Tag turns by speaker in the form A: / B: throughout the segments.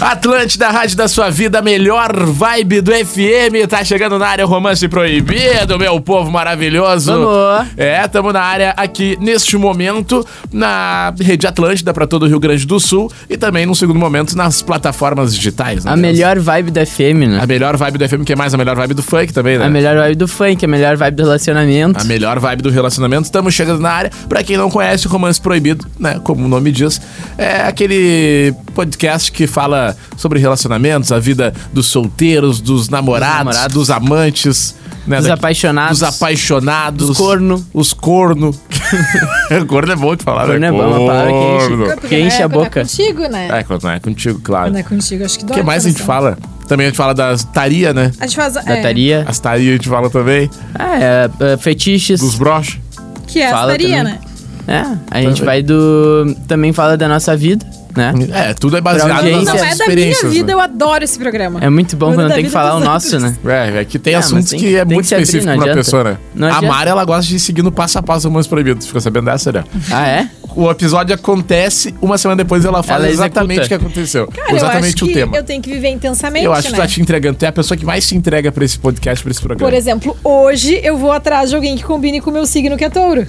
A: Atlântida, Rádio da Sua Vida, a melhor vibe do FM. Tá chegando na área Romance Proibido, meu povo maravilhoso.
B: Vamos.
A: É, estamos na área aqui neste momento, na Rede Atlântida para todo o Rio Grande do Sul e também, num segundo momento, nas plataformas digitais. né,
B: A
A: Deus?
B: melhor vibe do FM, né?
A: A melhor vibe do FM, que é mais a melhor vibe do funk também, né?
B: A melhor vibe do funk, a melhor vibe do relacionamento.
A: A melhor vibe do relacionamento. Estamos chegando na área. Pra quem não conhece, Romance Proibido, né? Como o nome diz, é aquele podcast que fala sobre relacionamentos, a vida dos solteiros, dos namorados, dos,
B: namorados.
A: amantes, né?
B: Dos
A: daqui-
B: apaixonados.
A: Dos apaixonados.
B: Dos corno.
A: Os corno. corno é bom de falar,
B: Corno
A: né?
B: é bom, uma palavra que enche-
A: Corno.
C: Porque
B: Que enche
C: não é
B: a
C: quando
B: boca.
C: É contigo, né?
A: É, quando é contigo, claro.
C: Quando é contigo, acho que
A: O
C: dói.
A: que mais a gente
C: coração.
A: fala? Também a gente fala das taria, né?
C: A gente faz. É,
B: Dataria.
A: As taria a gente fala também.
B: Ah, é, é, fetiches.
A: Dos broches.
C: que é a
B: Fala
C: estaria,
B: também.
C: né?
B: É, a gente vai do... Também fala da nossa vida, né?
A: É, tudo é baseado nas
B: audiência.
C: Não
A: nossas
C: é da minha
A: experiências,
C: vida,
A: né?
C: eu adoro esse programa.
B: É muito bom
C: Muda
B: quando
C: da
B: tem que
C: vida
B: falar o
C: dos
B: nosso,
C: outros.
B: né?
A: É, é que tem
B: É, mas
A: assuntos
B: tem-
A: que é
B: tem
A: muito
B: que se abrir,
A: específico
B: não
A: pra
B: adianta.
A: pessoa, né?
B: Não
A: a
B: adianta.
A: Mari, ela gosta de seguir no passo a passo algumas proibidos. Ficou sabendo dessa, né?
B: Ah, é?
A: O episódio acontece, uma semana depois ela fala
B: Ela executa.
A: exatamente o que aconteceu.
C: Cara, eu
A: exatamente
C: acho
A: o
C: que
A: tema.
C: eu tenho que viver intensamente,
A: Eu acho que
C: né?
A: tu tá te entregando. Tu é a pessoa que mais se entrega pra esse podcast, pra esse programa.
C: Por exemplo, hoje eu vou atrás de alguém que combine com o meu signo, que é touro.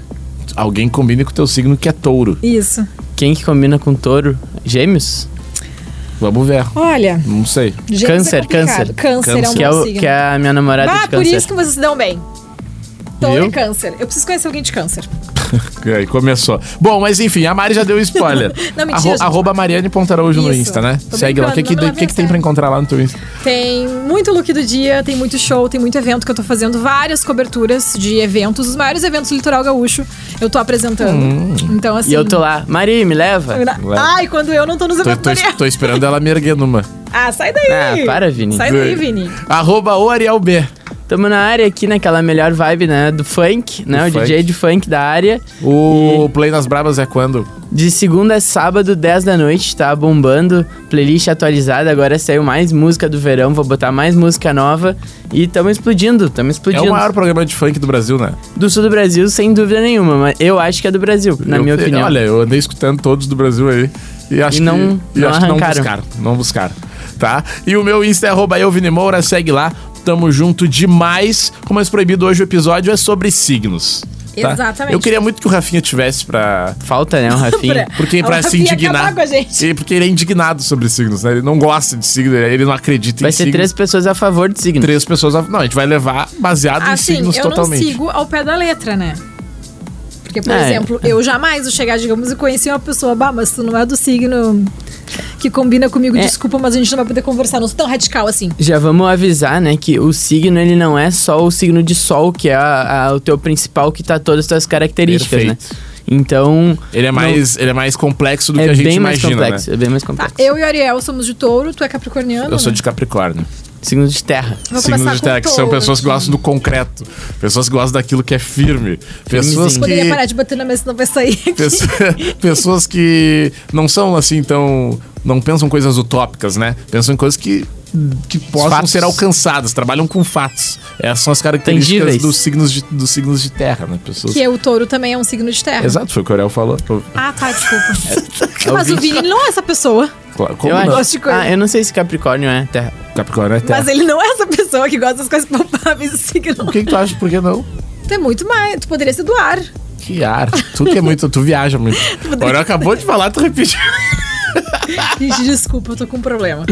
A: Alguém combine com o teu signo que é touro.
C: Isso.
B: Quem que combina com touro? Gêmeos?
A: Vamos ver.
C: Olha,
A: Não sei.
C: gente,
B: Câncer,
C: é complicado.
B: câncer.
C: Câncer. é um
A: Câncer.
C: bom
B: Que é, o-
C: signo.
B: que é a minha namorada
C: Ah,
B: de
C: por
B: câncer.
C: isso que vocês se dão bem. Touro
B: Viu?
C: e câncer. Eu preciso conhecer alguém de câncer.
A: Aí começou. Bom, mas enfim, a Mari já deu spoiler.
C: Não, mentira,
A: Arro-
C: gente.
A: Arroba Mariane Pontarojo no
C: Isso.
A: Insta, né?
C: Tô
A: Segue lá. O que, que,
C: brincando,
A: o
C: não,
A: que, que tem
C: não,
A: pra encontrar lá no teu Insta?
C: Tem muito look do dia, tem muito show, tem muito evento que eu tô fazendo, várias coberturas de eventos, os maiores eventos do litoral gaúcho eu tô apresentando.
A: Hum.
C: Então, assim.
B: E eu tô lá. Mari, me leva.
C: Ai, quando eu não tô nos
A: Tô,
C: eventos,
A: tô,
C: Maria.
A: tô esperando ela me erguer numa.
C: Ah, sai daí!
B: Ah, para, Vini.
C: Sai daí, Vini.
A: Tá. Arroba o Ariel B.
B: Tamo na área aqui, naquela melhor vibe, né? Do funk, né?
A: Do
B: o
A: funk.
B: DJ de funk da área.
A: O Play nas Brabas é quando?
B: De segunda a sábado, 10 da noite, tá bombando. Playlist atualizada, agora saiu mais música do verão, vou botar mais música nova. E tamo explodindo, tamo
A: É
B: explodindo.
A: o maior programa de funk do Brasil, né?
B: Do sul do Brasil, sem dúvida nenhuma, mas eu acho que é do Brasil, na
A: Eu-
B: minha opinião.
A: Olha, eu andei escutando todos do Brasil aí. E acho,
B: E não-
A: que, e
B: não
A: acho que não
B: arrancaram.
A: buscaram. Não buscaram, tá? E o meu Insta é arroba eu, Vini Moura, segue lá. Tamo junto demais. Como é proibido hoje o episódio é sobre signos. tá?
C: Exatamente.
A: Eu queria muito que o Rafinha tivesse pra...
B: Falta, né, o Rafinha?
A: Porque
C: O
A: pra se
C: Rafinha
A: indignar.
C: acabar com a gente.
A: E porque ele é indignado sobre signos, né? Ele não gosta de signos, ele não acredita em
B: Vai ser
A: signos.
B: três pessoas a favor de signo.
A: três pessoas. a- Não, a gente vai levar baseado em
C: Assim,
A: signos
C: eu
A: totalmente. Ah,
C: não sigo ao pé da letra, né? Porque, por
B: É.
C: exemplo, eu jamais vou chegar, digamos, e conhecer uma pessoa, bah, mas tu não é do signo que combina comigo,
B: É.
C: desculpa, mas a gente não vai poder conversar, não sou tão radical assim.
B: Já vamos avisar, né, que o signo, ele não é só o signo de sol, que é a- a- o teu principal, que tá todas as tuas características,
A: Perfeito.
B: né? Então...
A: Ele é
B: não-
A: mais, ele é mais complexo do que
B: é
A: a gente
B: bem mais
A: imagina,
B: complexo,
A: né?
B: é bem mais
C: Tá,
B: complexo.
C: eu e o Ariel somos de touro, tu é capricorniano?
A: Eu sou
C: né?
A: de Capricórnio.
B: Signo de terra.
C: Vou
A: Signos
C: começar
A: de
C: com
A: terra, que são
C: touro,
A: pessoas que
C: assim.
A: gostam do concreto. Pessoas que gostam daquilo que é firme. Pessoas
C: Poderia parar
A: que,
C: de bater na mesa, senão vai sair aqui.
A: pessoa- pessoas que não são assim tão. Não pensam coisas utópicas, né? Pensam em coisas que, que possam
B: Fatos.
A: ser alcançadas. Trabalham com fatos. Essas são as características
B: Tangíveis.
A: dos signos, de, dos signos de terra, né? Pessoas...
C: Que é o touro também é um signo de terra.
A: Exato, foi o que o Aurel falou.
C: Ah, tá, desculpa.
B: É
C: mas o Vini não é essa pessoa.
A: Claro, como
B: Eu
A: não?
B: acho.
C: Gosto de coisa.
B: Ah, eu não sei se Capricórnio é terra.
A: Capricórnio é terra.
C: Mas ele não é essa pessoa que gosta das coisas palpáveis do signo.
A: O que, que tu acha? Por que não?
C: Tu é muito mais. Tu poderia ser do ar.
A: Que ar. Tu que é muito. Tu viaja muito.
C: Poderia-
A: Agora acabou de falar, tu repetiu.
C: Gente, desculpa, eu tô com um problema.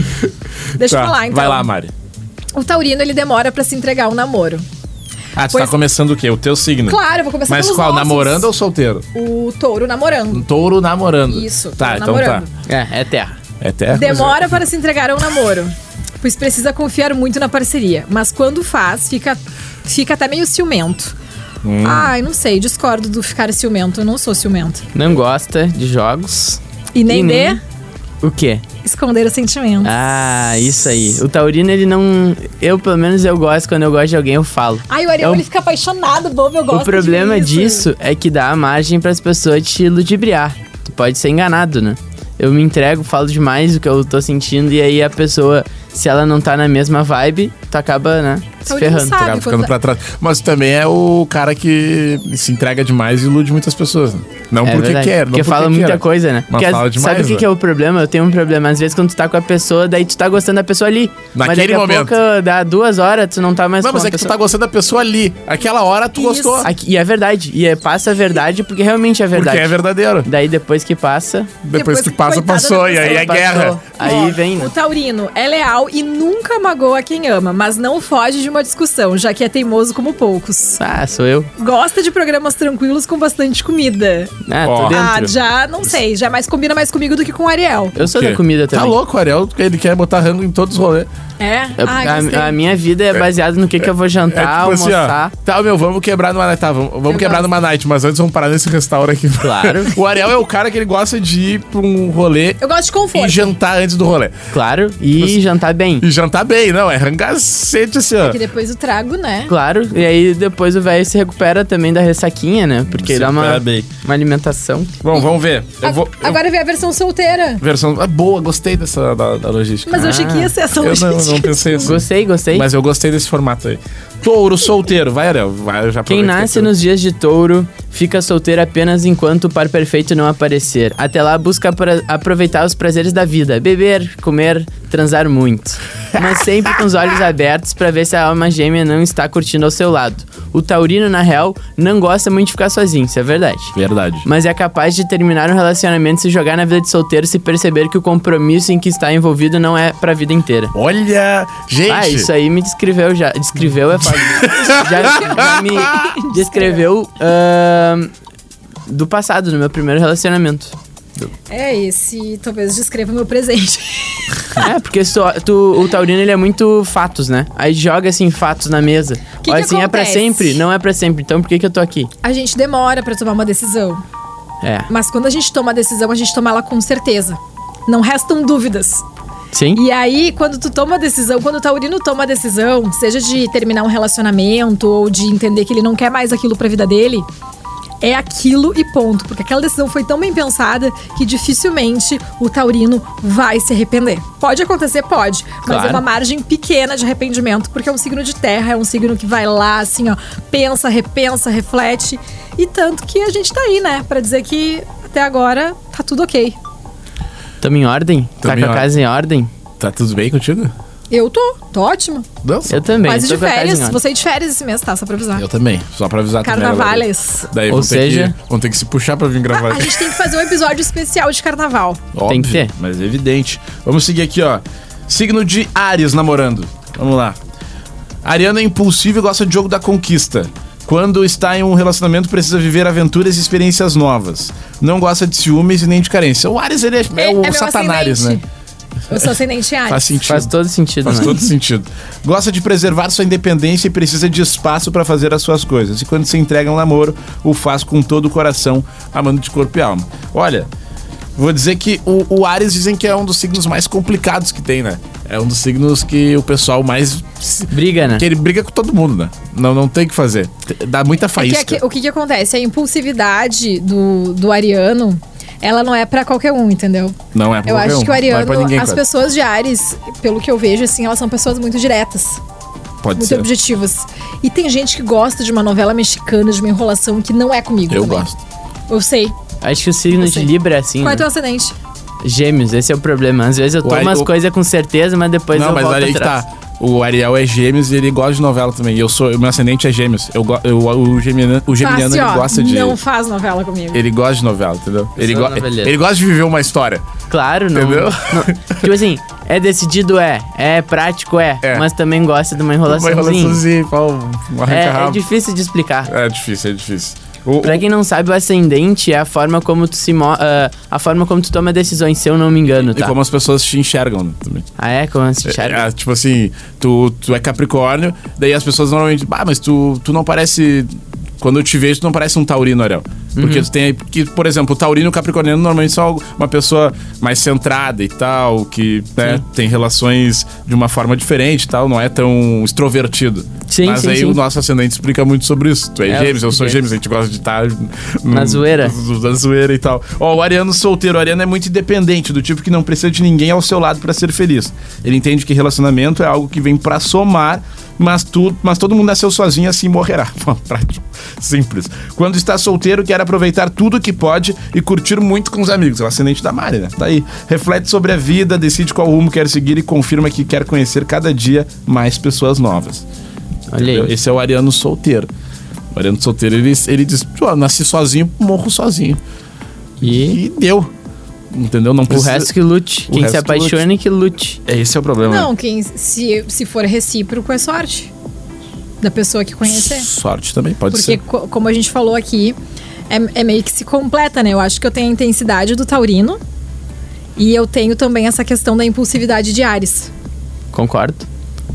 C: Deixa eu
A: Tá,
C: falar, então.
A: Vai lá, Mari.
C: O taurino, ele demora pra se entregar ao namoro.
A: Ah, tu
C: Pois-
A: tá começando o quê? O teu signo.
C: Claro, eu vou começar
A: Mas
C: pelos
A: qual?
C: nossos.
A: Namorando ou solteiro?
C: O touro namorando.
A: Um touro namorando.
C: Isso,
A: Tá,
C: touro
A: então
C: namorando.
A: tá.
B: É, é terra.
A: É terra. mas é-
C: Demora para se entregar ao namoro, pois precisa confiar muito na parceria. Mas quando faz, fica, fica até meio ciumento.
B: Hum.
C: Ai, não sei, discordo do ficar ciumento. Eu não sou ciumento.
B: Não gosta de jogos.
C: E nem
B: E nem-
C: de
B: O quê?
C: esconder os sentimentos.
B: Ah, isso aí. O Taurino, ele não. Eu, pelo menos, eu gosto. Quando eu gosto de alguém, eu falo.
C: Ai, o Ariel,
B: É um-
C: ele fica apaixonado, bobo, eu gosto
B: o problema
C: disso.
B: disso é que dá margem pras pessoas te ludibriar. Tu pode ser enganado, né? eu me entrego, falo demais o que eu tô sentindo, e aí a pessoa, se ela não tá na mesma vibe, tu acaba, né, se
C: Então ele não
B: ferrando.
C: sabe.
A: Acaba
C: quando
A: ficando
C: tá-
A: pra trás. Mas também é o cara que se entrega demais e ilude muitas pessoas. né? Não
B: É
A: porque
B: verdade,
A: quer, não
B: porque
A: porque
B: fala
A: quer.
B: muita coisa, né?
A: Mas
B: Porque
A: fala
B: as-
A: demais,
B: sabe o que,
A: né?
B: que é o problema? Eu tenho um problema. Às vezes, quando tu tá com a pessoa, daí tu tá gostando da pessoa ali. mas
A: Naquele
B: daqui
A: momento.
B: a pouco, dá duas horas, tu não tá mais
A: Não,
B: com
A: mas
B: a
A: é que tu
B: pessoa.
A: tá gostando da pessoa ali. Aquela hora tu
C: Isso.
A: gostou.
B: Aqui- e é verdade. E é, passa a verdade, porque realmente é verdade.
A: Porque é verdadeiro.
B: Daí depois que passa,
A: Depois,
C: Depois
A: que
C: que
A: passa,
C: coitada da
A: passou. E aí
C: pessoa
A: é
B: passou.
A: guerra.
B: Aí
C: Ó,
B: vem,
C: O
B: né?
C: taurino é leal e nunca magoa quem ama, mas não foge de uma discussão, já que é teimoso como poucos.
B: Ah, sou eu.
C: Gosta de programas tranquilos com bastante comida.
B: Ah,
A: Ó.
B: tô dentro.
C: Ah, já não sei, já mais combina mais comigo do que com o Ariel.
B: Eu sou
A: Quê?
B: da comida também.
A: Tá louco, o Ariel, porque ele quer botar rango em todos os rolês.
C: É?
B: Eu-
C: Ai,
B: a-
C: gostei.
B: a, minha vida é baseada no que, que eu vou jantar,
A: assim, ó,
B: almoçar.
A: tá, meu, vamos quebrar numa night. Tá, vamos, vamos quebrar numa night, mas antes vamos parar nesse restaurante aqui.
B: Claro.
A: o Ariel é o cara que ele gosta de ir pra um rolê
C: Eu gosto de
A: e
C: conforto.
A: jantar antes do rolê.
B: Claro.
A: Tipo
B: E
A: assim,
B: jantar bem.
A: E jantar bem, não, é rangacete assim, ó.
C: Que depois eu trago, né?
B: Claro. E aí depois o velho se recupera também da ressaquinha, né? Porque
A: Se
B: dá uma,
A: recupera bem.
B: uma alimentação.
A: Bom, vamos ver. Eu vou. eu-
C: Agora vem a versão solteira.
A: Versão. Ah, boa, gostei dessa da, da logística.
C: Mas eu achei que ia ser essa
A: Ah, eu não,
C: logística.
A: não pensei assim.
B: Gostei, gostei.
A: Mas eu gostei desse formato aí. Touro solteiro, vai, Ariel. Vai, eu já
B: Quem
A: aproveito
B: nasce
A: que- é
B: nos dias de touro fica solteiro apenas enquanto o par perfeito não aparecer. Até lá busca pra- aproveitar os prazeres da vida, beber, comer, transar muito. Mas sempre com os olhos abertos pra ver se a alma gêmea não está curtindo ao seu lado. O taurino, na real, não gosta muito de ficar sozinho, isso é verdade.
A: Verdade.
B: Mas é capaz de terminar um relacionamento se jogar na vida de solteiro se perceber que o compromisso em que está envolvido não é pra vida inteira.
A: Olha, gente.
B: Ah, isso aí me descreveu já. Descreveu é foda. já, já me descreveu ahn, do passado, no meu primeiro relacionamento.
C: É esse, talvez descreva o meu presente.
B: É, porque só, tu, o Taurino ele é muito fatos, né? Aí joga assim fatos na mesa.
C: que
B: Olha assim, é pra
C: acontece?
B: sempre? Não é pra sempre, então por que, que eu tô aqui?
C: A gente demora pra tomar uma decisão,
B: É.
C: mas quando a gente toma a decisão, a gente toma ela com certeza. Não restam dúvidas.
B: Sim?
C: E aí, quando tu toma a decisão, quando o taurino toma a decisão, seja de terminar um relacionamento ou de entender que ele não quer mais aquilo pra vida dele, é aquilo e ponto. Porque aquela decisão foi tão bem pensada que dificilmente o taurino vai se arrepender. Pode acontecer, pode. Mas
B: Claro.
C: é uma margem pequena de arrependimento, porque é um signo de terra, é um signo que vai lá, assim, ó, pensa, repensa, reflete. E tanto que a gente tá aí, né? Pra dizer que até agora tá tudo ok.
B: Tamo em ordem?
A: Tamo
B: tá
A: em
B: com a
A: ordem.
B: casa em ordem?
A: Tá tudo bem contigo?
C: Eu tô, tô ótima.
A: Dança.
B: Eu também.
C: Quase
B: tô
C: de
B: com a casa então tá em
C: férias.
B: ordem.
C: Você é de férias esse mês, tá? Só pra avisar.
A: Eu também, só pra avisar também.
C: Carnavales.
A: Daí
B: Ou
A: vão ter
B: seja-
A: que, vão ter que se puxar pra vir gravar.
C: A gente tem que fazer um episódio especial de carnaval.
A: Óbvio,
B: Tem que ter.
A: Mas é evidente. Vamos seguir aqui, ó. Signo de Ares namorando. Vamos lá. Ariana é impulsiva e gosta de jogo da conquista. Quando está em um relacionamento, precisa viver aventuras e experiências novas. Não gosta de ciúmes e nem de carência. O Ares, ele é, é
C: Ele
A: o
C: meu
A: satanares, né?
C: ascendente. Eu sou ascendente em Ares.
A: Faz sentido.
B: Faz todo sentido,
A: Faz
B: né?
A: todo sentido. Gosta de preservar sua independência e precisa de espaço para fazer as suas coisas. E quando se entrega um namoro, o faz com todo o coração, amando de corpo e alma. Olha, vou dizer que o, o Ares dizem que é um dos signos mais complicados que tem, né? É um dos signos que o pessoal mais. se-
B: Briga, né?
A: Que ele briga com todo mundo, né? Não, não tem o que fazer. Te- Dá muita
C: É que-
A: faísca.
C: é que- o que, que acontece? A impulsividade do, do ariano, ela não é pra qualquer um, entendeu?
A: Não é pra
C: eu
A: qualquer
C: acho
A: um,
C: que o ariano,
A: não é pra ninguém,
C: as
A: quase.
C: pessoas de Ares, pelo que eu vejo, assim, elas são pessoas muito diretas,
A: Pode
C: muito
A: ser.
C: objetivas. E tem gente que gosta de uma novela mexicana, de uma enrolação que não é comigo.
A: Eu
C: também.
A: gosto. Uhum.
C: Eu sei.
B: Acho que o signo de
C: Assim.
B: Libra é assim.
C: Qual é
B: Né?
C: teu ascendente?
B: Gêmeos, esse é o problema. Às vezes eu tomo
A: Uai,
B: as
A: o-
B: coisas com certeza, mas depois
A: não,
B: eu
A: mas
B: volto
A: olha aí que
B: atrás.
A: tá. O Ariel é gêmeos e ele gosta de novela também. E Eu sou, o meu ascendente é gêmeos. Eu, go- eu- o geminiano, o
C: Tá,
A: geminiano
C: assim,
A: ele
C: ó,
A: gosta de
C: Não faz novela comigo.
A: ele gosta de novela, entendeu? Ele,
B: sou
A: go-
B: noveleiro.
A: ele gosta de viver uma história.
B: Claro, não.
A: tá. Entendeu?
B: não- tipo assim, é decidido, é. É prático, é.
A: É.
B: Mas também gosta de uma
A: Uma
B: enrolaçãozinha.
A: enrolaçãozinha, pá, um um
B: É, é
A: arranca-rabo.
B: difícil de explicar.
A: É difícil, é difícil. O-
B: Pra
A: o-
B: quem não sabe, o ascendente é a forma como tu se mo ah, a forma como tu toma decisões, se eu não me engano,
A: E
B: tá?
A: como as pessoas te enxergam né, também.
B: Ah, é? Como se enxerga?
A: É, é, tipo assim, tu, tu é capricórnio, daí as pessoas normalmente, bah, mas tu, tu não parece. Quando eu te vejo, tu não parece um taurino, Ariel. Porque
B: Uhum.
A: tu tem aí, que, por exemplo, o taurino e o capricorniano normalmente são algo- uma pessoa mais centrada e tal, que né, tem relações de uma forma diferente e tal, não é tão extrovertido.
B: Sim,
A: Mas
B: sim,
A: aí
B: sim.
A: o nosso ascendente explica muito sobre isso. Tu é,
B: É,
A: gêmeos, eu sou
B: gêmeos.
A: gêmeos, a gente gosta de estar...
B: Na zoeira.
A: Da zoeira e tal. Ó, o Ariano solteiro. O Ariano é muito independente, do tipo que não precisa de ninguém ao seu lado pra ser feliz. Ele entende que relacionamento é algo que vem pra somar, mas, tu, mas todo mundo nasceu sozinho assim morrerá. Uma prática simples. Quando está solteiro, quer aproveitar tudo que pode e curtir muito com os amigos. É o ascendente da Mari, né? Tá aí. Reflete sobre a vida, decide qual rumo quer seguir e confirma que quer conhecer cada dia mais pessoas novas.
B: Olha aí.
A: Esse é o Ariano solteiro. O Ariano solteiro, ele, ele diz, pô, nasci sozinho, morro sozinho.
B: E
A: E deu. Entendeu? Não
B: o
A: precisa...
B: resto que lute.
A: O
B: Quem se
A: resto que lute.
B: apaixone que lute.
A: É, Esse é o problema. né?
C: Não, quem, se, se for recíproco, é sorte. Da pessoa que conhecer.
A: Sorte também, pode
C: é- Porque,
A: ser.
C: co- como a gente falou aqui, é, é meio que se completa, né? Eu acho que eu tenho a intensidade do taurino. E eu tenho também essa questão da impulsividade de Ares.
B: Concordo.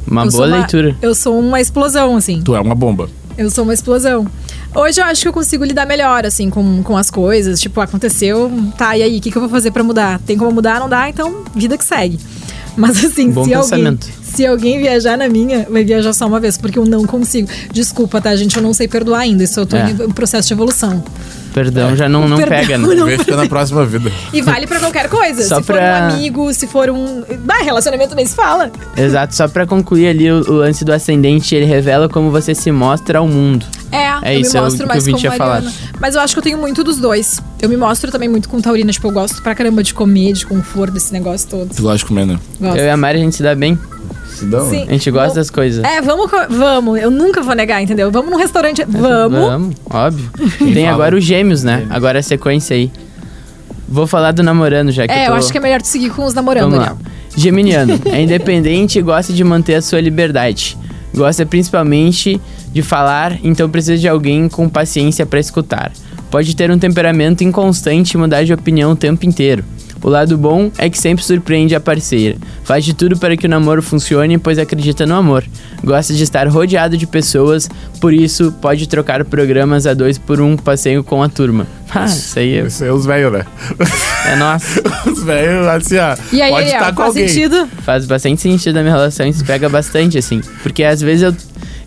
B: Uma
C: eu sou
B: boa leitura.
C: Eu sou uma explosão, assim.
A: Tu é uma bomba.
C: Eu sou uma explosão. Hoje eu acho que eu consigo lidar melhor, assim, com, com as coisas. Tipo, aconteceu, tá, e aí? O que, que eu vou fazer pra mudar? Tem como mudar? Não dá? Então, vida que segue. Mas assim,
B: Bom
C: se alguém,
B: pensamento.
C: se alguém viajar na minha, vai viajar só uma vez, porque eu não consigo. Desculpa, tá, gente? Eu não sei perdoar ainda. Isso eu tô
B: É.
C: em um processo de evolução.
B: Perdão,
A: É.
B: já não, não
C: Perdão,
B: pega, né?
C: não
A: Vai ficar na próxima vida.
C: E vale pra qualquer coisa.
B: Só
C: se for
B: pra-
C: um amigo, se for um. Ah, relacionamento nem se fala.
B: Exato, só pra concluir ali o, o lance do ascendente, ele revela como você se mostra ao mundo.
C: É,
B: É
C: eu
B: isso, é
C: me
B: o
C: mostro
B: que
C: mais
B: o Vin
C: como
B: tinha
C: Mariana. Mas eu acho que eu tenho muito dos dois. Eu me mostro também muito com taurina. Tipo, eu gosto pra caramba de comer, de conforto, desse negócio todo.
A: Tu gosta de comer, né?
C: Gosto.
B: Eu e a Mari, a gente se dá bem.
C: Sim.
B: A gente gosta
C: Vamos-
B: das coisas.
C: É, vamos, co- vamos. Eu nunca vou negar, entendeu? Vamos num restaurante. Vamos.
B: é óbvio.
A: Quem
B: Tem
A: fala?
B: agora os gêmeos, né? Agora a sequência aí. Vou falar do namorando já que
C: É,
B: tô...
C: eu acho que é melhor tu seguir com os namorando,
B: Vamos lá.
C: Daniel.
B: Geminiano é independente e gosta de manter a sua liberdade. Gosta principalmente de falar, então precisa de alguém com paciência para escutar. Pode ter um temperamento inconstante e mudar de opinião o tempo inteiro. O lado bom é que sempre surpreende a parceira. Faz de tudo para que o namoro funcione, pois acredita no amor. Gosta de estar rodeado de pessoas, por isso pode trocar programas a dois por um passeio com a turma. Ah, isso aí é,
A: Isso é os velhos, né?
B: é nosso.
A: Os velhos, assim, ó.
C: E aí,
A: pode
C: Ariel,
A: estar com
C: faz
A: alguém.
C: sentido?
B: Faz bastante sentido na minha relação, isso pega bastante, assim. Porque às vezes eu,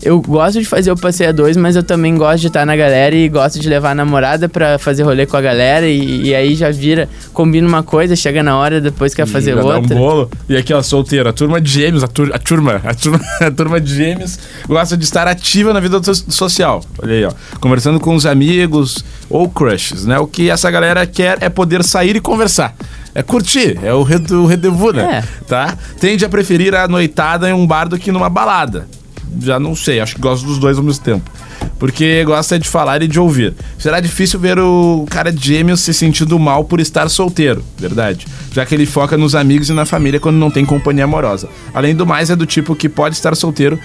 B: eu gosto de fazer o passeio a dois, mas eu também gosto de estar na galera e gosto de levar a namorada pra fazer rolê com a galera. E, e aí já vira, combina uma coisa, chega na hora, depois quer fazer
A: Vai dar
B: outra.
A: Um bolo. E aqui, ó, solteiro. A turma de gêmeos, a, tur- a turma, a turma, a turma de gêmeos gosta de estar ativa na vida so- social. Olha aí, ó. Conversando com os amigos ou crushes, né? O que essa galera quer é poder sair e conversar. É curtir, é o, re- o rendezvous,
B: É.
A: né? Tá? Tende a preferir a noitada em um bar do que numa balada já não sei, acho que gosto dos dois ao mesmo tempo. Porque gosta de falar e de ouvir. Será difícil ver o cara de gêmeos se sentindo mal por estar solteiro, verdade? Já que ele foca nos amigos e na família quando não tem companhia amorosa. Além do mais, é do tipo que pode estar solteiro,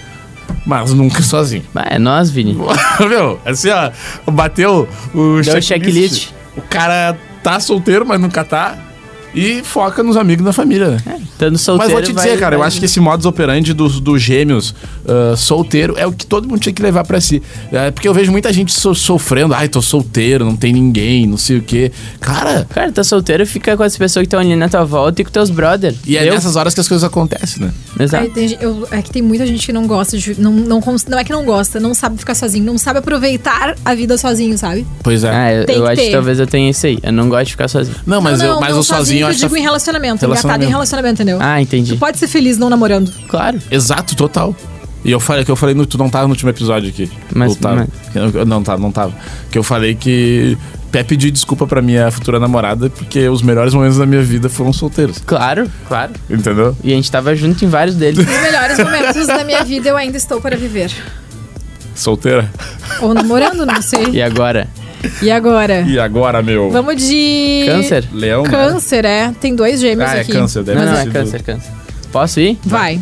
A: mas nunca sozinho.
B: Mas é nós, Vini.
A: Meu, assim, ó, bateu o
B: Deu o checklist.
A: O cara tá solteiro, mas nunca tá. E foca nos amigos e na família, né?
B: Estando É,
A: Mas
B: solteiro.
A: vou te dizer,
B: vai-
A: cara, eu
B: vai-
A: acho que esse modus operandi dos, dos gêmeos ah, solteiro é o que todo mundo tinha que levar pra si. É, porque eu vejo muita gente so- sofrendo. Ai, tô solteiro, não tem ninguém, não sei o quê. Cara,
B: Cara, tá solteiro, fica com as pessoas que estão ali na tua volta e com teus brother.
A: e é
B: Deu?
A: nessas horas que as coisas acontecem, né?
C: Aí
B: Exato.
C: tem gen- eu- é que tem muita gente que não gosta de. Não, não, cons- não é que não gosta, não sabe ficar sozinho, não sabe aproveitar a vida sozinho, sabe?
A: Pois é.
B: Ah, eu,
C: Tem
B: eu
C: que
B: acho que
C: ter.
B: talvez eu tenha isso aí. Eu não gosto de ficar sozinho.
A: Não, mas,
C: não,
A: eu,
C: não,
A: mas
C: não
A: eu sozinho, eu
C: eu
A: acho
C: digo
A: que.
C: em relacionamento, engatado em
A: Relacionamento.
C: relacionamento, entendeu?
B: Ah, entendi.
C: Tu pode ser feliz não namorando.
B: Claro.
A: Exato, total. E eu falei que eu falei, no, tu não tava no último episódio aqui.
B: Mas-
A: Ou tava. Eu- Não tava, não tava. Que eu falei que. Até pedi desculpa pra minha futura namorada, porque os melhores momentos da minha vida foram solteiros.
B: Claro, claro.
A: Entendeu?
B: E a gente tava junto em vários deles.
C: Os melhores momentos da minha vida eu ainda estou para viver.
A: Solteira.
C: Ou namorando, não sei.
B: E agora?
C: E agora?
A: E agora, meu?
C: Vamos de.
B: Câncer?
A: Leão, né?
C: Câncer, é. Tem dois gêmeos
A: Ah, é
C: aqui.
A: câncer, deve
B: Não, não,
A: ter
B: é
A: sido-
B: câncer, câncer. Posso ir?
C: Vai.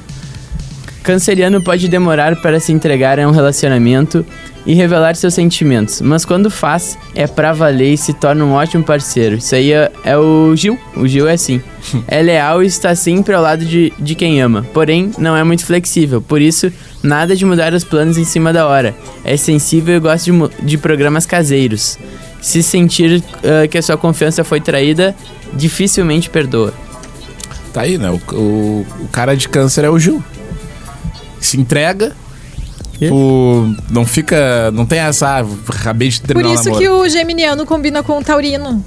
B: Canceriano pode demorar para se entregar a um relacionamento e revelar seus sentimentos, mas quando faz, é pra valer e se torna um ótimo parceiro. Isso aí é, é o Gil. O Gil é assim. É leal e está sempre ao lado de, de quem ama, porém não é muito flexível, por isso, nada de mudar os planos em cima da hora. É sensível e gosta de, mu- de programas caseiros. se sentir ah, que a sua confiança foi traída, dificilmente perdoa.
A: Tá aí, né? O, o, o cara de câncer é o Gil. Se entrega.
B: Quê?
A: O, não fica. Não tem essa. Ah, acabei de
C: Por
A: terminar o
C: isso
A: namoro.
C: que o geminiano combina com o taurino.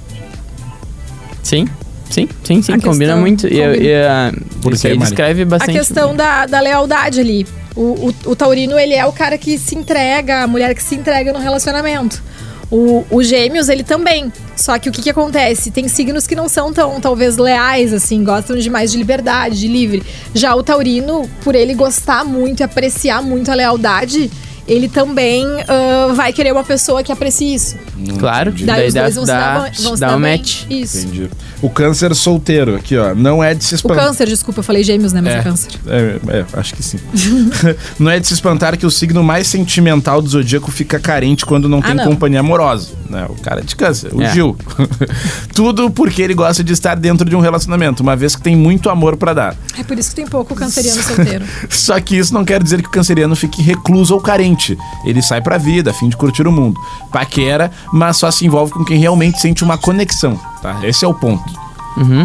B: Sim, sim, sim, sim.
C: A
B: combina
C: questão-
B: muito. E, eu-
C: combina.
B: e, ah,
A: Por
B: isso
A: quê,
B: aí
A: Mari?
B: descreve bastante. né?
C: A questão da, da lealdade ali. O, o, o taurino, ele é o cara que se entrega, a mulher que se entrega no relacionamento. O, o gêmeos, ele também. Só que o que, que acontece? Tem signos que não são tão, talvez, leais, assim, gostam de mais de liberdade, de livre. Já o taurino, por ele gostar muito e apreciar muito a lealdade, ele também ah, vai querer uma pessoa que aprecie isso.
B: Claro,
A: Daí
C: Daí
B: daí
C: os
B: dá,
C: dois vão se dar,
B: dá,
C: ba- vão se
B: dá
C: dar
B: um
C: bem.
B: match.
C: Isso.
A: Entendi.
D: O câncer solteiro, aqui, ó. Não é de se
C: O
D: espantar.
C: câncer, desculpa, eu falei gêmeos, né? Mas
A: É.
C: é câncer.
D: É, é, acho que sim. não é de se espantar que o signo mais sentimental do zodíaco fica carente quando não
C: Ah,
D: tem
C: não.
D: companhia amorosa. Né? O cara de câncer, o
B: É.
D: Gil. Tudo porque ele gosta de estar dentro de um relacionamento, uma vez que tem muito amor pra dar.
C: É por isso que tem pouco canceriano solteiro.
D: Só que isso não quer dizer que o canceriano fique recluso ou carente. Ele sai pra vida, a fim de curtir o mundo. Paquera, mas só se envolve com quem realmente sente uma conexão, tá? Esse é o ponto.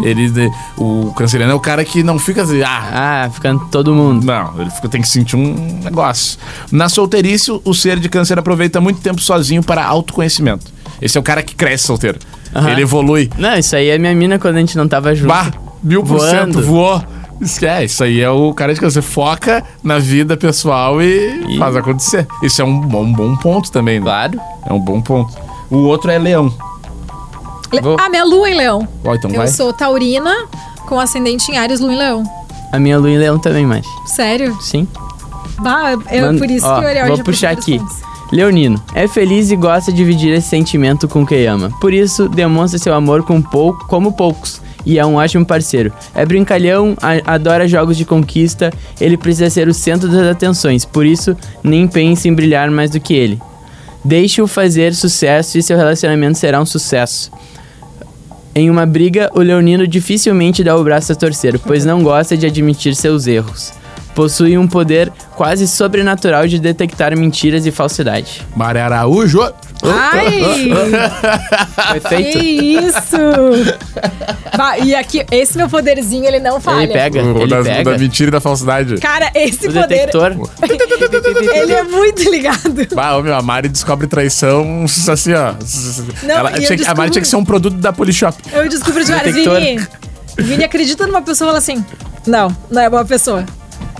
A: Ele, de- o canceriano é o cara que não fica assim. Ah,
B: Ah, ficando todo mundo.
D: Não, ele fica- tem que sentir um negócio. Na solteirice, o ser de câncer aproveita muito tempo sozinho para autoconhecimento.
A: esse é o cara que cresce solteiro.
B: Aham.
A: Ele evolui.
B: Não, isso aí é minha mina quando a gente não tava junto.
A: Bah, mil por cento,
B: Voando.
A: voou. Isso, é, isso aí é o cara de câncer. Foca na vida pessoal e,
B: E-
A: faz acontecer. Isso é um bom, bom ponto também, né?
B: Claro.
A: É um bom ponto. O outro é leão.
C: Le-
B: Vou-
C: Ah, minha lua em leão.
A: Ó, então
C: eu
A: vai.
C: sou taurina com ascendente em Ares, lua em leão.
B: A minha Lua e Leão também, mas.
C: Sério?
B: Sim.
C: Bah, é
B: Mano,
C: por isso
B: ó,
C: que eu olhei
B: Vou
C: hoje eu
B: puxar
C: puxei
B: aqui.
C: vários pontos.
B: Leonino é feliz e gosta de dividir esse sentimento com quem ama. Por isso, demonstra seu amor com pou, como poucos e é um ótimo parceiro. É brincalhão, a- adora jogos de conquista, ele precisa ser o centro das atenções, por isso, nem pense em brilhar mais do que ele. Deixe-o fazer sucesso e seu relacionamento será um sucesso. Em uma briga, o Leonino dificilmente dá o braço a torcer, pois não gosta de admitir seus erros. Possui um poder quase sobrenatural de detectar mentiras e falsidade.
A: Maria Araújo.
C: Ai,
B: Foi
C: que
B: feito?
C: isso! Bah, e aqui, esse meu poderzinho, ele não falha.
B: Ele pega,
A: O
B: ele
A: da, o da
B: pega.
A: mentira e da falsidade.
C: Cara, esse
B: O
C: poder,
B: detector.
C: ele é muito ligado.
A: Bah, homem, a Mari descobre traição assim, ó.
C: Não,
A: Ela
C: e eu
A: tinha que- A Mari
C: descubro-
A: tinha que ser um produto da Polishop.
C: Eu descubro de várias.
B: Detector.
C: Vini, Vini acredita numa pessoa e fala assim, não, não é boa pessoa.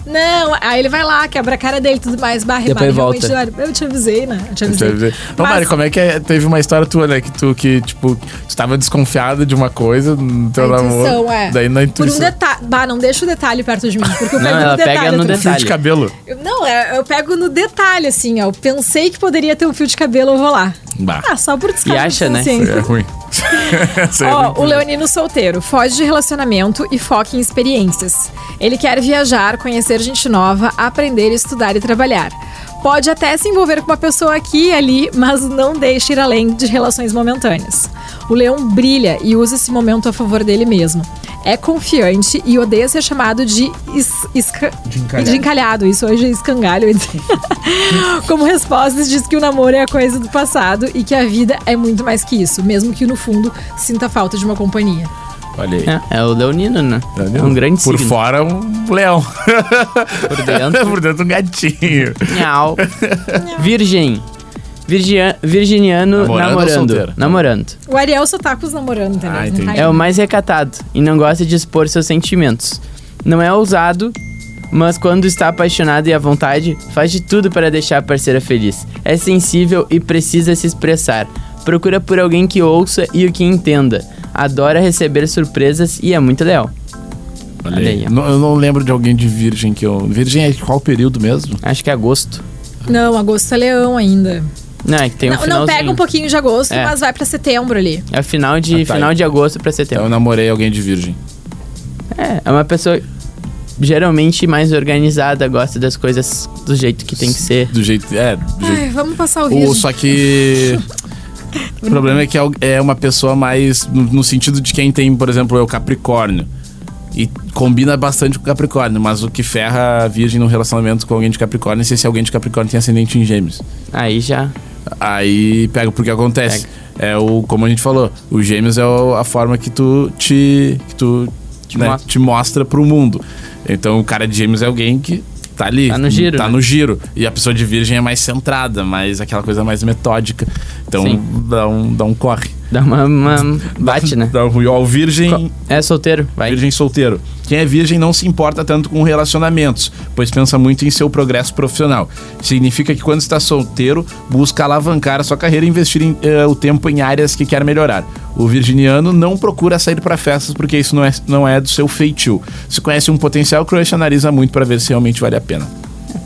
C: Não, aí ele vai lá, quebra a cara dele e tudo mais, barre,
B: Depois
C: barre, realmente,
B: volta.
C: olha, Eu te avisei, né? Eu te avisei.
A: Ô,
C: Mas-
A: Mari, como é que é? Teve uma história tua, né? Que tu, que, tipo, tu tava desconfiada de uma coisa no teu
C: Na
A: namoro.
C: intuição, é.
A: Daí na
C: Por um
A: intuição.
C: detalhe. Bah, não deixa o detalhe perto de mim, porque eu
B: Não,
C: pego
B: ela
C: no
B: pega
C: detalhe.
B: no
A: Fio
C: outro-
A: de
B: detalhe.
A: cabelo.
C: Eu- Não, é, eu pego no detalhe, assim, ó. Eu pensei que poderia ter um fio de cabelo, eu vou lá.
A: Bah.
C: Ah, só por descargo
B: E acha,
C: de
B: né?
C: consciência.
A: É ruim. Isso aí é
C: Ó,
A: muito
C: o
A: ruim.
C: Leonino solteiro, foge de relacionamento e foca em experiências. Ele quer viajar, conhecer gente nova, aprender, estudar e trabalhar. Pode até se envolver com uma pessoa aqui e ali, mas não deixe ir além de relações momentâneas. O leão brilha e usa esse momento a favor dele mesmo. É confiante e odeia ser chamado de, es, esca- de, encalhado. Isso hoje é escangalho. eu ia dizer. Como respostas, diz que o namoro é a coisa do passado e que a vida é muito mais que isso, mesmo que no fundo sinta falta de uma companhia.
A: Olha aí.
B: É, é o Leonino, né? É um grande
A: Por
B: signo.
A: fora, um leão.
B: Por dentro.
A: Por dentro, um gatinho.
B: Miau. Virgem. Virgia- virginiano
A: Namorando ou solteiro?
B: namorando. Namorando.
C: O Ariel só tá com os namorando, entendeu? tá
A: Ah, entendi.
C: Ai,
B: É o mais recatado e não gosta de expor seus sentimentos. Não é ousado, mas quando está apaixonado e à vontade, faz de tudo para deixar a parceira feliz. É sensível e precisa se expressar. Procura por alguém que ouça e o que entenda. Adora receber surpresas e é muito leal. Olha aí.
A: Não- eu não lembro de alguém de virgem que eu. Virgem é de qual período mesmo?
B: Acho que é agosto.
C: Não, agosto é leão ainda.
B: Não, é que tem um
C: não, não
B: finalzinho.
C: pega um pouquinho de agosto,
B: É.
C: mas vai pra setembro ali.
B: É final de,
A: Ah, tá.
B: final de agosto pra
A: Eu
B: setembro.
A: namorei alguém de virgem. Então.
B: É, é uma pessoa geralmente mais organizada, gosta das coisas do jeito que tem que ser.
A: Do jeito. É, do jeito.
C: Ai, vamos
B: Ah,
C: passar o
B: é,
A: Ou,
C: vídeo.
A: só que. O problema é que é al- é uma pessoa mais. No no sentido de quem tem, por exemplo, eu, Capricórnio. E combina bastante com Capricórnio, mas o que ferra a virgem no relacionamento com alguém de Capricórnio é se esse alguém de Capricórnio tem ascendente em gêmeos.
B: Aí já
A: Aí pega, porque acontece. é o, como a gente falou, o gêmeos é o- a forma que tu te. Que tu,
B: Te
A: né,
B: mostra.
A: te mostra pro mundo. Então o cara de gêmeos é alguém que tá ali.
B: Tá no giro,
A: Tá
B: né?
A: no giro. E a pessoa de virgem é mais centrada, mais aquela coisa mais metódica. Então
B: Sim.
A: dá um, dá um corre.
B: Dá uma, uma- bate, né?
A: Dá um ruim. Ó, o virgem.
B: É solteiro, vai.
A: Virgem solteiro. Quem é virgem não se importa tanto com relacionamentos, pois pensa muito em seu progresso profissional. Significa que quando está solteiro, busca alavancar a sua carreira e investir em, eh, o tempo em áreas que quer melhorar. O virginiano não procura sair para festas porque isso não é, não é do seu feitio. Se conhece um potencial crush, analisa muito para ver se realmente vale a pena.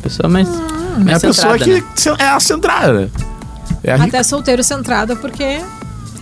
B: Pessoa mais.
A: É a
B: Ah, mais
A: pessoa
B: centrada,
A: que
B: né?
A: se- é a centrada. É a rica.
C: Até solteiro centrada, porque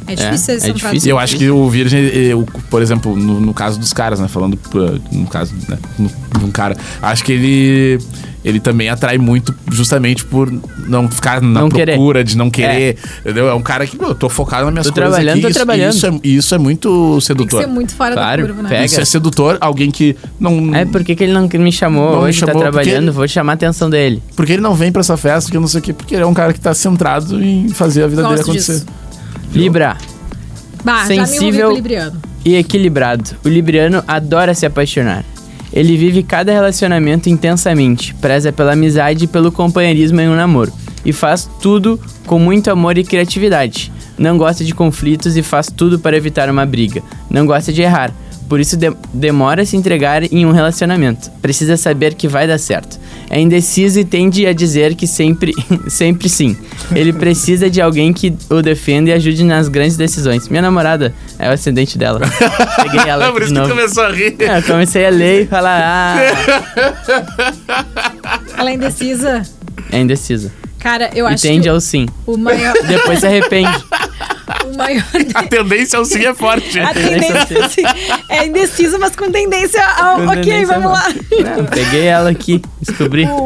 C: é difícil
B: é
C: ser centrado.
B: difícil.
A: E eu acho que o virgem, eh, o- por exemplo, no, no caso dos caras, né? Falando uh, no caso, né? no- de um cara. Acho que ele. Ele também atrai muito justamente por não ficar na
B: Não querer.
A: procura, de não querer. Entendeu? É um cara que, meu, eu tô focado nas minhas
B: Tô
A: coisas
B: trabalhando,
A: aqui,
B: tô
A: isso-
B: trabalhando.
A: Isso é, isso é muito
C: Tem que
A: sedutor.
C: ser muito fora
B: Claro,
C: da curva, né?
B: pega.
A: Isso é sedutor, alguém que não...
B: É, por que, que ele não me chamou
A: Não me
B: hoje?
A: chamou
B: tá
A: porque-
B: trabalhando, vou chamar a atenção dele.
A: Porque ele não vem pra essa festa, que eu não sei o quê. Porque ele é um cara que tá centrado em fazer a vida dele
C: Gosto
A: acontecer.
C: disso.
B: Libra
C: Bah, já me envolvi
B: Sensível.
C: com o Libriano.
B: e equilibrado. O libriano adora se apaixonar. Ele vive cada relacionamento intensamente, preza pela amizade e pelo companheirismo em um namoro. E faz tudo com muito amor e criatividade. Não gosta de conflitos e faz tudo para evitar uma briga. Não gosta de errar. Por isso de- demora a se entregar em um relacionamento. Precisa saber que vai dar certo. É indeciso e tende a dizer que sempre, sempre sim. Ele precisa de alguém que o defenda e ajude nas grandes decisões. Minha namorada é o ascendente dela. Peguei ela.
A: É por
B: aqui
A: isso
B: de
A: que
B: novo.
A: começou a rir.
B: É, Eu comecei a ler e falar, ah,
C: Ela é indecisa.
B: é indecisa.
C: Cara, eu
B: E
C: acho
B: tende
C: que
B: ao sim.
C: o maior...
B: Depois se arrepende.
C: o maior...
A: A tendência ao sim é forte.
C: A tendência assim, é indecisa, mas com tendência ao...
B: Com
C: ok,
B: tendência
C: vamos
B: a
C: lá.
B: não. né? Não, É, peguei ela aqui, descobri.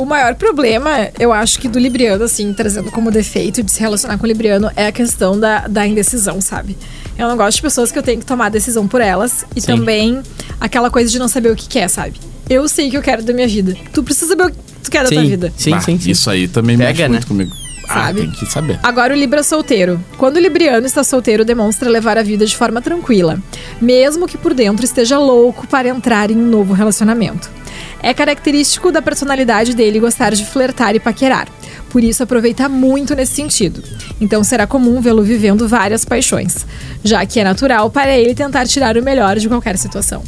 C: O, o maior problema, eu acho que do Libriano, assim, trazendo como defeito de se relacionar com o Libriano, é a questão da, da indecisão, sabe? Eu não gosto de pessoas que eu tenho que tomar decisão por elas e também aquela coisa de não saber o que quer, sabe? Eu sei o que eu quero da minha vida. Tu precisa saber o que tu quer da tua
B: Sim,
C: vida.
B: sim,
A: Bah,
B: sim, sim.
A: Ah, Isso aí também
B: Pega,
A: mexe
B: né?
A: muito comigo.
C: Sabe?
A: Ah, tem que saber.
C: Agora o Libra solteiro. Quando o Libriano está solteiro, demonstra levar a vida de forma tranquila, mesmo que por dentro esteja louco para entrar em um novo relacionamento. É característico da personalidade dele gostar de flertar e paquerar. Por isso aproveita muito nesse sentido. Então será comum vê-lo vivendo várias paixões, já que é natural para ele tentar tirar o melhor de qualquer situação.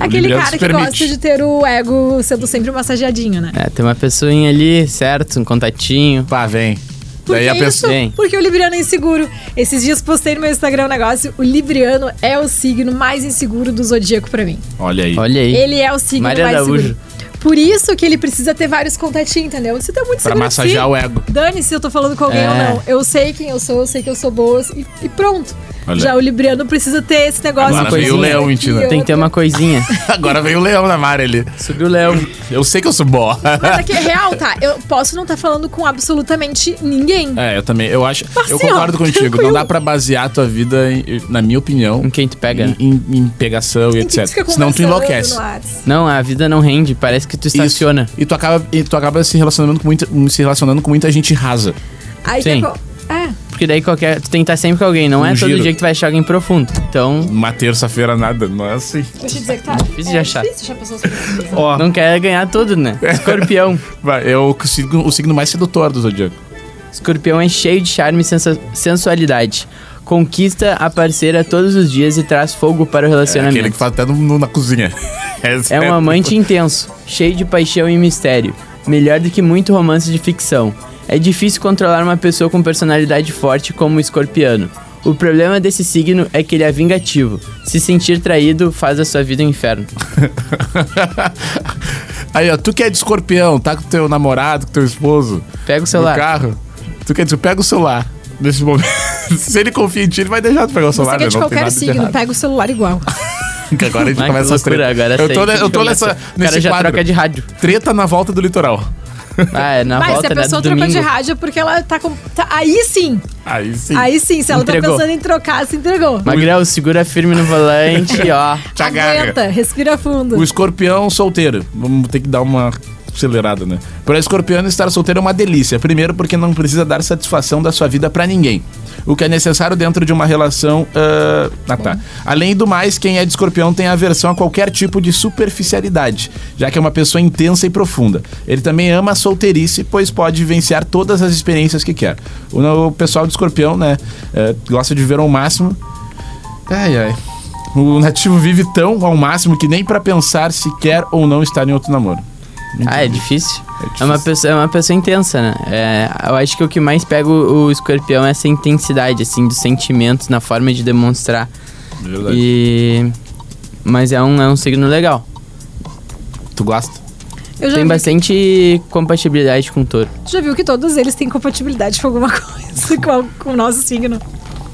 C: Aquele
A: Libriano
C: cara
A: se
C: que
A: permite.
C: gosta de ter o ego sendo sempre massageadinho, né?
B: É, tem uma pessoinha ali, certo? Um contatinho.
A: Pá, vem.
C: Por que
A: Daí a
C: isso?
A: pessoa.
B: Sim.
C: Porque o Libriano é inseguro. Esses dias postei no meu Instagram um negócio. O Libriano é o signo mais inseguro do zodíaco pra mim.
A: Olha aí.
B: Olha aí.
C: Ele é o signo
B: Maria
C: mais
B: Araújo.
C: seguro. Por isso que ele precisa ter vários contatinhos, entendeu? Você tá muito
A: Pra
C: seguro de
A: massagear
C: si.
A: o ego.
C: Dane-se se eu tô falando com alguém
B: É.
C: ou não. Eu sei quem eu sou, eu sei que eu sou boa e, e pronto.
A: Olha.
C: Já o Libriano precisa ter esse negócio.
A: Agora
C: de
B: veio o
C: coisinha
A: leão em
C: aqui,
A: ti, né?
B: Tem que ter uma coisinha.
A: Agora veio o leão na Mari ali.
B: Subiu o leão.
A: Eu sei que eu sou boa.
C: Mas aqui é real, tá? Eu posso não estar falando com absolutamente ninguém.
A: É, eu também. Eu acho. eu
C: Marcinho,
A: concordo contigo. Não
C: tranquilo.
A: dá pra basear a tua vida, em- na minha opinião,
B: Com quem tu pega. né?
A: em, em- em pegação e
C: Tem que
A: etc.
C: ficar
A: Senão tu
C: conversando né?
A: enlouquece.
C: no WhatsApp.
B: Não, a vida não rende, parece que tu
A: Isso.
B: estaciona.
A: E tu acaba, e tu acaba se, relacionando com muita, se relacionando com muita gente rasa.
C: Aí que
B: Sim.
C: é co- É.
B: Porque daí qualquer. Tu tem que estar sempre com alguém, não
A: Um
B: é todo
A: giro.
B: dia que tu vai achar alguém profundo. Então,
A: Uma terça-feira nada. Não é assim.
C: Vou te dizer que tá.
B: Difícil de achar.
C: difícil achar pessoas profundas.
A: Ó,
B: não quer ganhar tudo, né? Escorpião.
A: vai, é o signo, o signo mais sedutor do Zodíaco.
B: Escorpião é cheio de charme e sensa- sensualidade. Conquista a parceira todos os dias e traz fogo para o
A: É aquele que
B: relacionamento.
A: faz né? até no- no- na cozinha. Essa
B: É um amante intenso, cheio de paixão e mistério. Melhor do que muito romance de ficção. É difícil controlar uma pessoa com personalidade forte como o escorpiano. O problema desse signo é que ele é vingativo. Se sentir traído faz a sua vida um inferno.
A: Aí, ó, tu que é de escorpião, tá com teu namorado, com teu esposo.
B: Pega o celular.
A: No carro. Tu quer dizer, pega o celular. Nesse momento. Se ele confia em ti, ele vai deixar tu pegar o
C: Você
A: celular.
C: que é de
A: né? Não tem
C: qualquer
A: nada de
C: signo,
A: errado.
C: pega o celular igual.
A: Que Agora a gente
B: Ai, que
A: começa a
B: loucura,
A: treta.
B: agora
A: eu
B: sei
A: tô,
B: que
A: ne- eu tô nessa,
B: começa. O cara
A: nesse
B: já
A: quadro.
B: troca de rádio.
A: Treta na volta do litoral.
B: Ah, é na
C: Mas se
B: volta,
C: a
B: né, do
C: pessoa trocou
B: domingo.
C: de rádio é porque ela tá com. tá- aí sim,
A: Aí sim.
C: aí sim, se ela
B: Entregou.
C: tá pensando em trocar, se entregou.
B: Magrão, segura firme no volante, ó.
A: Te agarra.
C: Aguenta, respira fundo.
A: O escorpião solteiro. Vamos ter que dar uma acelerada, né? Para escorpião, estar solteiro é uma delícia. Primeiro, porque não precisa dar satisfação da sua vida pra ninguém. o que é necessário dentro de uma relação. ah, ah, tá. Além do mais, quem é de escorpião tem aversão a qualquer tipo de superficialidade, já que é uma pessoa intensa e profunda. Ele também ama a solteirice, pois pode vivenciar todas as experiências que quer. O, o pessoal de escorpião, né, eh, gosta de viver ao máximo. Ai, ai. O nativo vive tão ao máximo que nem pra pensar se quer ou não estar em outro namoro.
B: Ah, é difícil.
A: É
B: É,
A: difícil.
B: uma pessoa, é uma pessoa intensa, né? É, eu acho que o que mais pega o, o escorpião é essa intensidade, assim, dos sentimentos na forma de demonstrar.
A: Verdade.
B: E... Mas é um, é um signo legal.
A: Tu gosta?
C: Eu já
B: Tem
C: vi-
B: bastante compatibilidade com o touro.
C: já viu que todos eles têm compatibilidade com alguma coisa, com, al- com o nosso signo.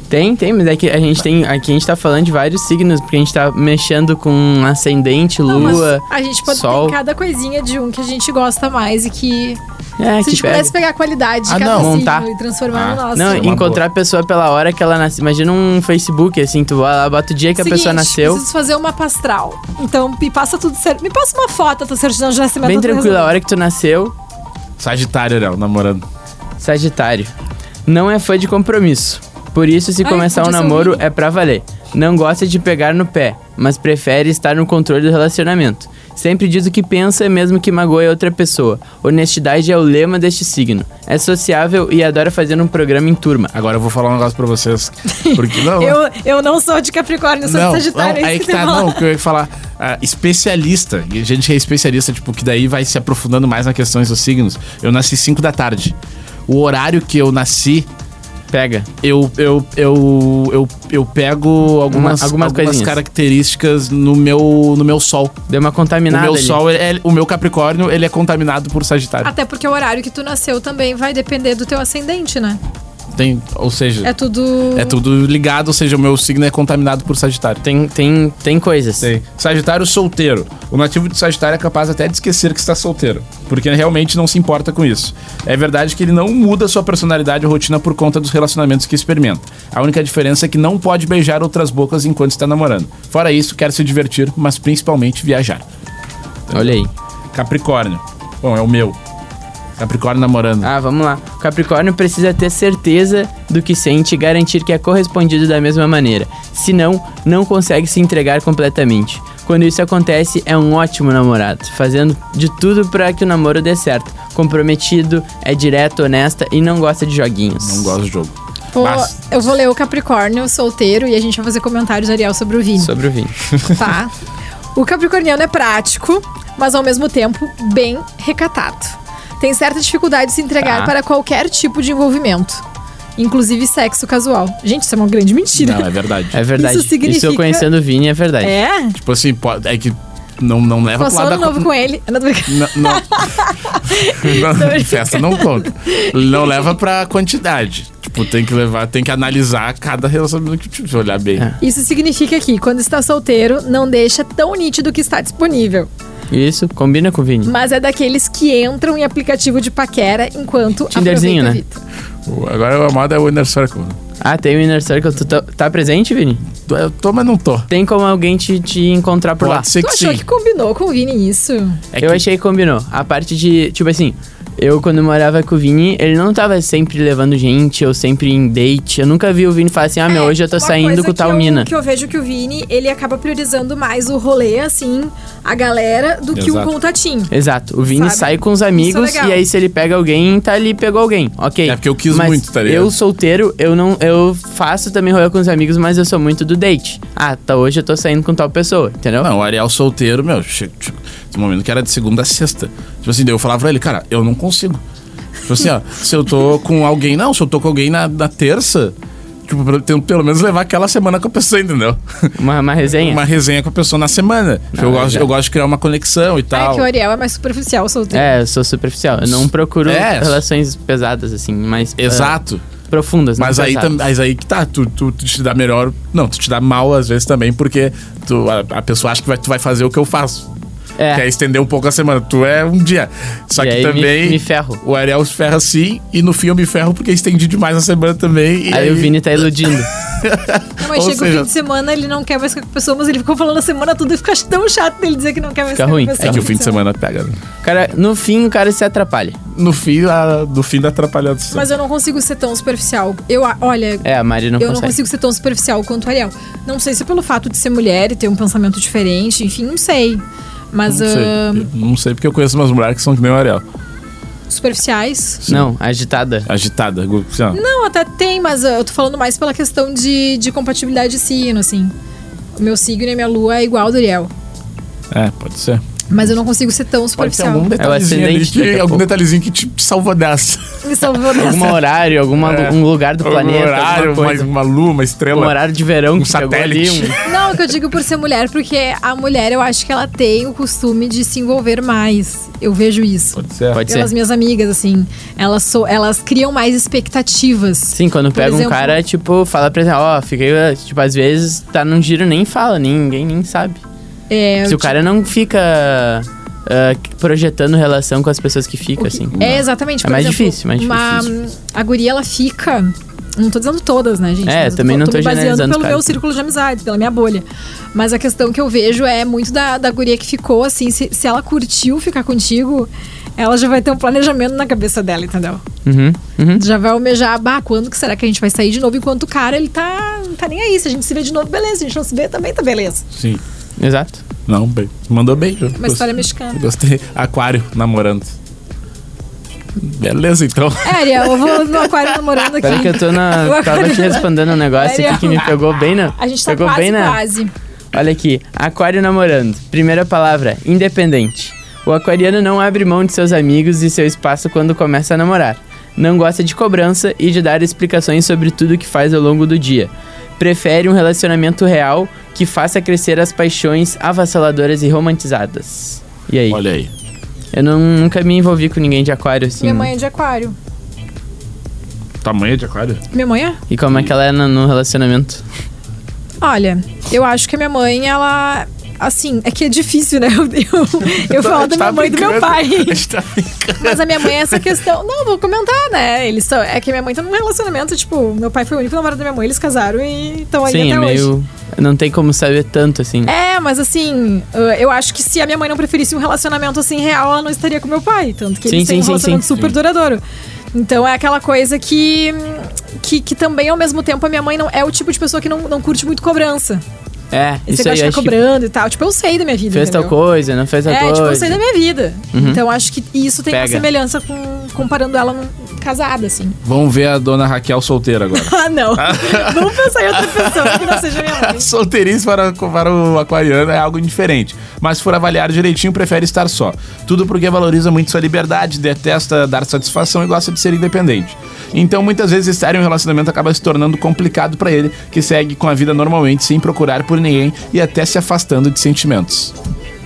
B: Tem, tem, mas é que a gente tem. Aqui a gente tá falando de vários signos, porque a gente tá mexendo com ascendente,
C: Não, mas
B: lua.
C: a gente pode
B: sol.
C: ter cada coisinha de um que a gente gosta mais e que.
B: é,
C: se a
B: que
C: gente
B: pega.
C: pudesse pegar a qualidade de
B: Ah,
C: cada
B: não,
C: signo
B: montar.
C: e transformar
A: Ah,
C: no nosso.
B: Não,
A: uma
B: encontrar a pessoa pela hora que ela nasce. Imagina um Facebook, assim, tu vai lá, bota o dia que a pessoa
C: Seguinte,
B: nasceu.
C: Preciso fazer uma pastral. Então, me passa tudo certo. Me passa uma foto da tua certidão de nascimento.
B: Bem
C: eu tô
B: tranquila, a
C: resolvendo.
B: hora que tu nasceu,
A: Sagitário, né? Namorando.
B: Sagitário. Não é fã de compromisso. Por isso, se
C: Ai,
B: começar um
C: podia ser o
B: namoro,
C: Vini.
B: é pra valer. Não gosta de pegar no pé, mas prefere estar no controle do relacionamento. Sempre diz o que pensa, mesmo que magoe outra pessoa. Honestidade é o lema deste signo. É sociável e adora fazer um programa em turma.
A: Agora eu vou falar um negócio pra vocês. Porque não.
C: Eu, eu não sou de Capricórnio, eu sou de Sagitário. é
A: aí
C: isso
A: que tá,
C: tem lá.
A: não, o que eu ia falar. Ah, especialista, e gente que é especialista, tipo, que daí vai se aprofundando mais nas questões dos signos. Eu nasci 5 da tarde. O horário que eu nasci,
B: Pega.
A: eu, eu, eu, eu, eu pego algumas,
B: Uma- algumas
A: algumas
B: coisinhas.
A: características no meu, no meu sol.
B: Deu uma
A: O
B: contaminada
A: meu
B: ali.
A: sol, é, é- o meu Capricórnio, ele é contaminado por Sagitário.
C: Até porque o horário que tu nasceu também vai depender do teu ascendente, né?
A: Tem, ou seja,
C: É tudo.
A: é tudo ligado, ou seja, o meu signo é contaminado por Sagitário.
B: Tem, tem, tem coisas.
A: Tem. Sagitário solteiro. O nativo de Sagitário é capaz até de esquecer que está solteiro, porque realmente não se importa com isso. É verdade que ele não muda sua personalidade ou rotina por conta dos relacionamentos que experimenta. A única diferença é que não pode beijar outras bocas enquanto está namorando. Fora isso, quer se divertir, mas principalmente viajar.
B: Olha aí.
A: Capricórnio. Bom, é o meu. Capricórnio namorando.
B: Ah, vamos lá. O Capricórnio precisa ter certeza do que sente e garantir que é correspondido da mesma maneira. Senão, não consegue se entregar completamente. Quando isso acontece, é um ótimo namorado, fazendo de tudo para que o namoro dê certo. Comprometido, é direto, honesta e não gosta de joguinhos.
A: Não gosto do jogo.
C: Pô,
A: Mas-
C: eu vou ler o Capricórnio solteiro e a gente vai fazer comentários, Ariel, sobre o Vini,
B: Sobre o vinho.
C: tá? o Capricorniano é prático, mas ao mesmo tempo bem recatado. Tem certa dificuldade de se entregar
B: Tá.
C: para qualquer tipo de envolvimento, inclusive sexo casual. Gente, isso é uma grande mentira.
A: Não, é verdade.
B: É verdade.
C: Isso significa-
B: eu conhecendo o Vini é verdade.
C: É?
A: Tipo assim, pode- é que não, não leva pro
C: Passou
A: lado
C: ano
A: da
C: novo com ele. Eu não tô brincando.
A: Não, não. não festa não conta. Não leva pra quantidade. Tipo, tem que levar, tem que analisar cada relacionamento que tipo, se olhar bem.
B: É.
C: Isso significa que quando está solteiro, não deixa tão nítido que está disponível.
B: Isso, combina com o Vini.
C: Mas é daqueles que entram em aplicativo de paquera enquanto
B: Tinderzinho,
C: aproveita a vida.
A: O- Agora a moda é o Inner Circle. né?
B: Ah, tem o Inner Circle. Tu tá, tá presente, Vini?
A: Tô- Eu tô, mas não tô.
B: Tem como alguém te, te encontrar por lá?
A: Pode ser
C: Tu
A: que
C: achou
A: sim.
C: que combinou com o Vini isso?
A: É que-
B: Eu achei que combinou. A parte de, tipo assim, eu quando morava com o Vini, ele não tava sempre levando gente, ou sempre em date. Eu nunca vi o Vini falar assim, ah, meu, hoje eu tô
C: É, Uma
B: saindo
C: coisa
B: com tal
C: que eu-
B: mina.
C: que eu vejo que o Vini, ele acaba priorizando mais o rolê, assim, a galera, do que o
A: Exato.
C: contatinho.
B: Exato, o Vini
C: Sabe?
B: sai com os
C: Isso é
B: amigos
C: legal.
B: e aí se ele pega alguém, tá ali, pegou alguém, ok.
A: É porque eu quis
B: Mas
A: muito, tá ligado?
B: Eu solteiro, eu não, eu faço também rolê com os amigos, mas eu sou muito do date. Ah, tá, hoje eu tô saindo com tal pessoa, entendeu?
A: Não, o Ariel solteiro, meu, chega, tipo, no momento que era de segunda a sexta. Tipo assim, daí eu falava pra ele, cara, eu não consigo. Tipo assim, ó, se eu tô com alguém, não, se eu tô com alguém na, na terça, tipo, eu tento pelo menos levar aquela semana com a pessoa, entendeu?
B: Uma, uma resenha.
A: Uma resenha com a pessoa na semana. eu, gosto, eu gosto de criar uma conexão e
C: Ah,
A: tal.
C: é que o Ariel é mais superficial, solteiro.
B: É, eu sou superficial. Eu não procuro
A: É.
B: relações pesadas, assim, mais ah,
A: Exato.
B: profundas. não
A: Mas aí,
B: pesadas.
A: tam- mas aí que tá, tu, tu, tu te dá melhor. Não, tu te dá mal às vezes também, porque tu, a, a pessoa acha que vai, tu vai fazer o que eu faço.
B: É.
A: Que é estender um pouco a semana. Tu é um dia. Só
B: E
A: que
B: aí me-
A: também.
B: me ferro.
A: O Ariel se ferra sim, e no fim eu me ferro porque estendi demais na semana também. E
B: Aí o Vini tá iludindo.
C: Não, mas
A: ou
C: chega o
A: seja-
C: fim de semana, ele não quer mais ficar com a pessoa, mas ele ficou falando a semana toda e fica tão chato dele dizer que não quer mais
B: Fica
C: ficar
B: ruim.
C: com a pessoa.
A: É que o fim de semana pega. né?
B: O cara, no fim, o cara se atrapalha.
A: no fim, a, do fim da atrapalhada.
C: Mas eu não consigo ser tão superficial. Eu, a- olha,
B: É, a Mari não
C: eu não
B: consegue.
C: consigo ser tão superficial quanto o Ariel. Não sei se é pelo fato de ser mulher e ter um pensamento diferente, enfim, não sei. Mas
A: Não sei.
C: ah,
A: Eu Não sei porque eu conheço umas mulheres que são que nem o Ariel.
C: superficiais.
B: Não, agitada.
A: Agitada. gu- assim, sei lá.
C: Não, até tem, mas ah, eu tô falando mais pela questão de, de compatibilidade de signo, assim. O meu signo e a minha lua é igual ao do Ariel.
A: É, pode ser.
C: Mas eu não consigo ser tão
A: Pode ter
C: superficial.
A: algum detalhezinho ali
B: É ascendente
A: que-
B: daqui a
A: algum
B: pouco.
A: detalhezinho que te te salva dessa.
C: Me salvou dessa.
B: Algum horário, algum
A: É.
B: um lugar do
A: Algum
B: planeta,
A: horário,
B: alguma coisa.
A: uma, uma lua, uma
B: Um
A: estrela.
B: horário de verão
A: um
B: que chegou
A: satélite.
B: ali, um-
C: Não, o que eu digo por ser mulher, porque a mulher eu acho que ela tem o costume de se envolver mais. Eu vejo isso.
A: Pode ser.
B: Pode
C: Pelas
B: ser.
C: minhas amigas, assim. Elas, so, elas criam mais expectativas.
B: Sim, quando pega
C: exemplo-
B: um cara, tipo, fala pra ele, ó, fiquei, eh, tipo, às vezes tá num giro nem fala, ninguém nem sabe.
C: É,
B: Se o cara não fica ah, projetando relação com as pessoas que fica, assim.
C: é
B: É
C: exatamente. por
B: mais
C: exemplo,
B: difícil, mais
C: uma,
B: difícil.
C: A guria, ela fica. Não tô dizendo todas, né, gente?
B: É,
C: Mas eu
B: também não tô
C: me baseando
B: generalizando, né.
C: pelo
B: claro.
C: meu círculo de amizade, pela minha bolha. Mas a questão que eu vejo é muito da, da guria que ficou, assim. Se, se ela curtiu ficar contigo, ela já vai ter um planejamento na cabeça dela, entendeu?
B: Uhum, uhum.
C: já vai almejar, bah, quando que será que a gente vai sair de novo? Enquanto o cara, ele tá, não tá nem aí. Se a gente se vê de novo, beleza. Se a gente não se vê, também tá beleza.
A: Sim.
B: Exato.
A: Não, bem. Mandou bem. Eu
C: Uma história
A: gost-
C: mexicana.
A: Gostei. Aquário namorando. Beleza, então.
C: É, Ariel, eu vou no aquário namorando aqui.
B: Peraí que eu tô na.
C: Agora-
B: Tava te respondendo um negócio aqui que me pegou bem na.
C: A gente tá
B: pegou
C: quase,
B: bem né? na.
C: quase.
B: Olha aqui, aquário namorando. Primeira palavra, independente. O aquariano não abre mão de seus amigos e seu espaço quando começa a namorar. Não gosta de cobrança e de dar explicações sobre tudo que faz ao longo do dia. Prefere um relacionamento real que faça crescer as paixões avassaladoras e romantizadas. E aí?
A: Olha aí.
B: Eu não- nunca me envolvi com ninguém de aquário assim.
C: Minha mãe é de aquário.
A: Tamanho de aquário?
C: Minha mãe é?
B: E como é que ela é no, no relacionamento?
C: Olha, eu acho que a minha mãe, ela... Assim, é que é difícil, né? Eu, eu, eu falo da minha mãe e do meu pai.
A: Tá A gente tá brincando.
C: Mas a minha mãe é essa questão. Não, vou comentar, né? Eles são. É que minha mãe tá num relacionamento, tipo, meu pai foi o único namorado da minha mãe, eles casaram e estão aí
B: Sim,
C: até
B: é
C: hoje.
B: meio. Não tem como saber tanto assim.
C: É, mas assim, uh, eu acho que se a minha mãe não preferisse um relacionamento assim real, ela não estaria com meu pai. Tanto que
B: Sim,
C: eles têm
B: sim,
C: um
B: sim,
C: relacionamento
B: sim.
C: super duradouro. Então é aquela coisa que, que. que também, ao mesmo tempo, a minha mãe não é o tipo de pessoa que não, não curte muito cobrança.
B: É,
C: E você
B: isso
C: gosta
B: aí
C: de ficar
B: acho que
C: cobrando e tal. Tipo, eu sei da minha vida.
B: fez tal
C: entendeu?
B: coisa, não fez tal
C: É,
B: coisa. Uhum.
C: tipo, eu sei da minha vida. Então acho que isso tem uma
B: Pega.
C: semelhança com comparando ela num- casada, assim.
A: Vamos ver a dona Raquel solteira agora.
C: Ah, não. Vamos pensar em outra pessoa que não seja minha mãe.
A: Solteirice para, para o aquariano é algo indiferente, mas se for avaliar direitinho, prefere estar só. Tudo porque valoriza muito sua liberdade, detesta dar satisfação e gosta de ser independente. Então, muitas vezes, estar em um relacionamento acaba se tornando complicado para ele, que segue com a vida normalmente, sem procurar por ninguém e até se afastando de sentimentos.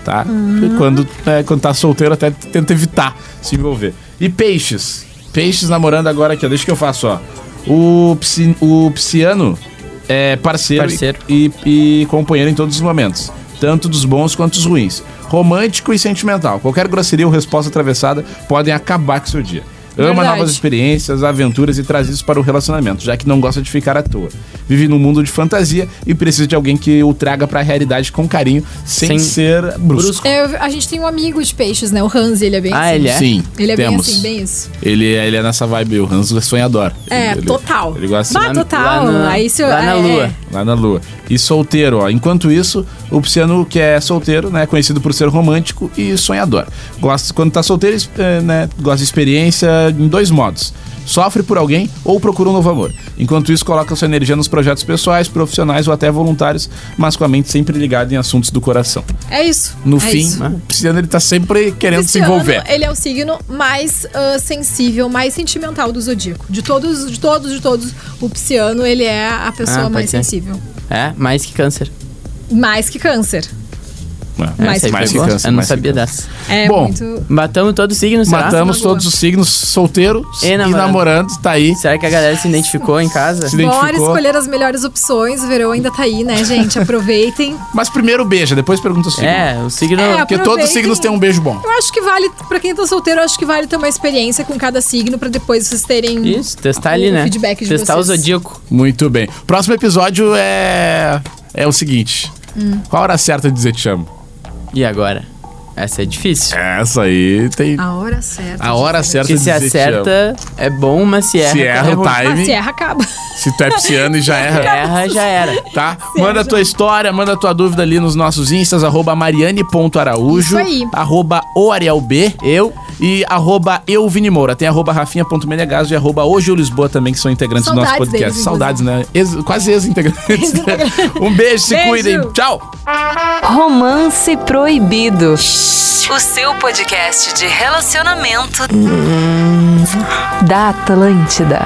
A: Tá? E Quando, é, quando tá solteiro, até tenta evitar se envolver. E peixes. Peixes namorando agora aqui, ó. Deixa que eu faço, ó. O, psi, o psiano é parceiro,
B: Parceiro.
A: E, e companheiro em todos os momentos, tanto dos bons quanto dos ruins. Romântico e sentimental. Qualquer grosseria ou resposta atravessada podem acabar com seu dia. Ama
C: Verdade.
A: novas experiências, aventuras e traz isso para o relacionamento, já que não gosta de ficar à toa. Vive num mundo de fantasia e precisa de alguém que o traga para a realidade com carinho, sem,
B: Sem-
A: ser brusco.
C: Eu- a gente tem um amigo de peixes, né? O Hans, ele é bem
B: Ah,
C: assim.
B: ele é?
A: Sim,
C: Ele é
A: temos.
C: bem assim, bem isso.
A: Ele, é- ele é nessa vibe, o Hans é sonhador.
C: É,
A: Ele- ele-
C: total.
A: Ele gosta
C: Bah,
A: de-
C: total.
B: lá na-
C: Aí se eu-
B: lá na
C: é,
B: lua.
A: Lá na lua. E solteiro, ó. Enquanto isso, o Psiano, que é solteiro, né? Conhecido por ser romântico e sonhador. Gosta, quando tá solteiro, es- eh, né? Gosta de experiência em dois modos. Sofre por alguém ou procura um novo amor. Enquanto isso, coloca sua energia nos projetos pessoais, profissionais ou até voluntários, mas com a mente sempre ligada em assuntos do coração.
C: É, é isso.
A: No
C: é
A: fim,
C: isso.
A: o Psiano ele tá sempre querendo se
C: Esse ano,
A: envolver.
C: ele é o signo mais ah, sensível, mais sentimental do zodíaco. De todos, de todos, de todos, o pisciano, ele é a
B: Ah,
C: pessoa
B: pode
C: mais
B: ser.
C: sensível.
B: É, mais que câncer.
C: Mais que câncer.
A: É.
C: Mais
B: Essa aí
C: que
A: câncer.
B: foi boa.
A: Mais que
B: Eu não
A: câncer.
B: sabia dessa.
C: É
A: Bom,
C: muito...
B: Matamos todo o signo, será?
A: Matamos
C: Na boa.
A: todos os signos, solteiro
B: E
A: e
B: namorando.
A: namorando, tá aí.
B: Será que a galera se identificou em casa?
A: Se
C: Bora
A: identificou.
C: escolher as melhores opções. O verão ainda tá aí, né, gente? Aproveitem.
A: Mas primeiro beija, depois pergunta o signo.
B: É, o signo.
C: É,
A: Porque todos os signos têm um beijo bom.
C: Eu acho que vale, pra quem tá solteiro, eu acho que vale ter uma experiência com cada signo pra depois vocês terem.
B: Isso, testar
C: o
B: ali, né?
C: feedback de
B: testar
C: vocês.
B: o zodíaco.
A: Muito bem. Próximo episódio é. É o seguinte. Qual a hora certa de dizer te amo?
B: E agora? Essa é difícil.
A: Essa aí tem.
C: A hora certa.
A: A hora certa
B: Porque
A: de
B: se
A: dizer te amo.
B: acerta, é bom, mas se erra.
A: Se erra
B: é
A: o
B: ruim.
C: Ah,
A: time.
C: se erra, acaba.
A: Se tu é pisciano e já erra.
B: Erra, já era.
A: Tá? Manda a tua história, manda a tua dúvida ali nos nossos instas, arroba mariane.araújo,
C: Isso aí.
A: arroba oarielb
B: Eu,
A: e arroba euvinimeira. Tem arroba rafinha.menegaso e arroba hoje Lisboa também, que são integrantes do nosso
C: Saudades
A: podcast.
C: deles,
A: Saudades, né? Ex- quase ex-integrantes. né? um beijo, se
C: Beijo.
A: cuidem. Tchau!
E: Romance Proibido. O seu podcast de relacionamento da Atlântida.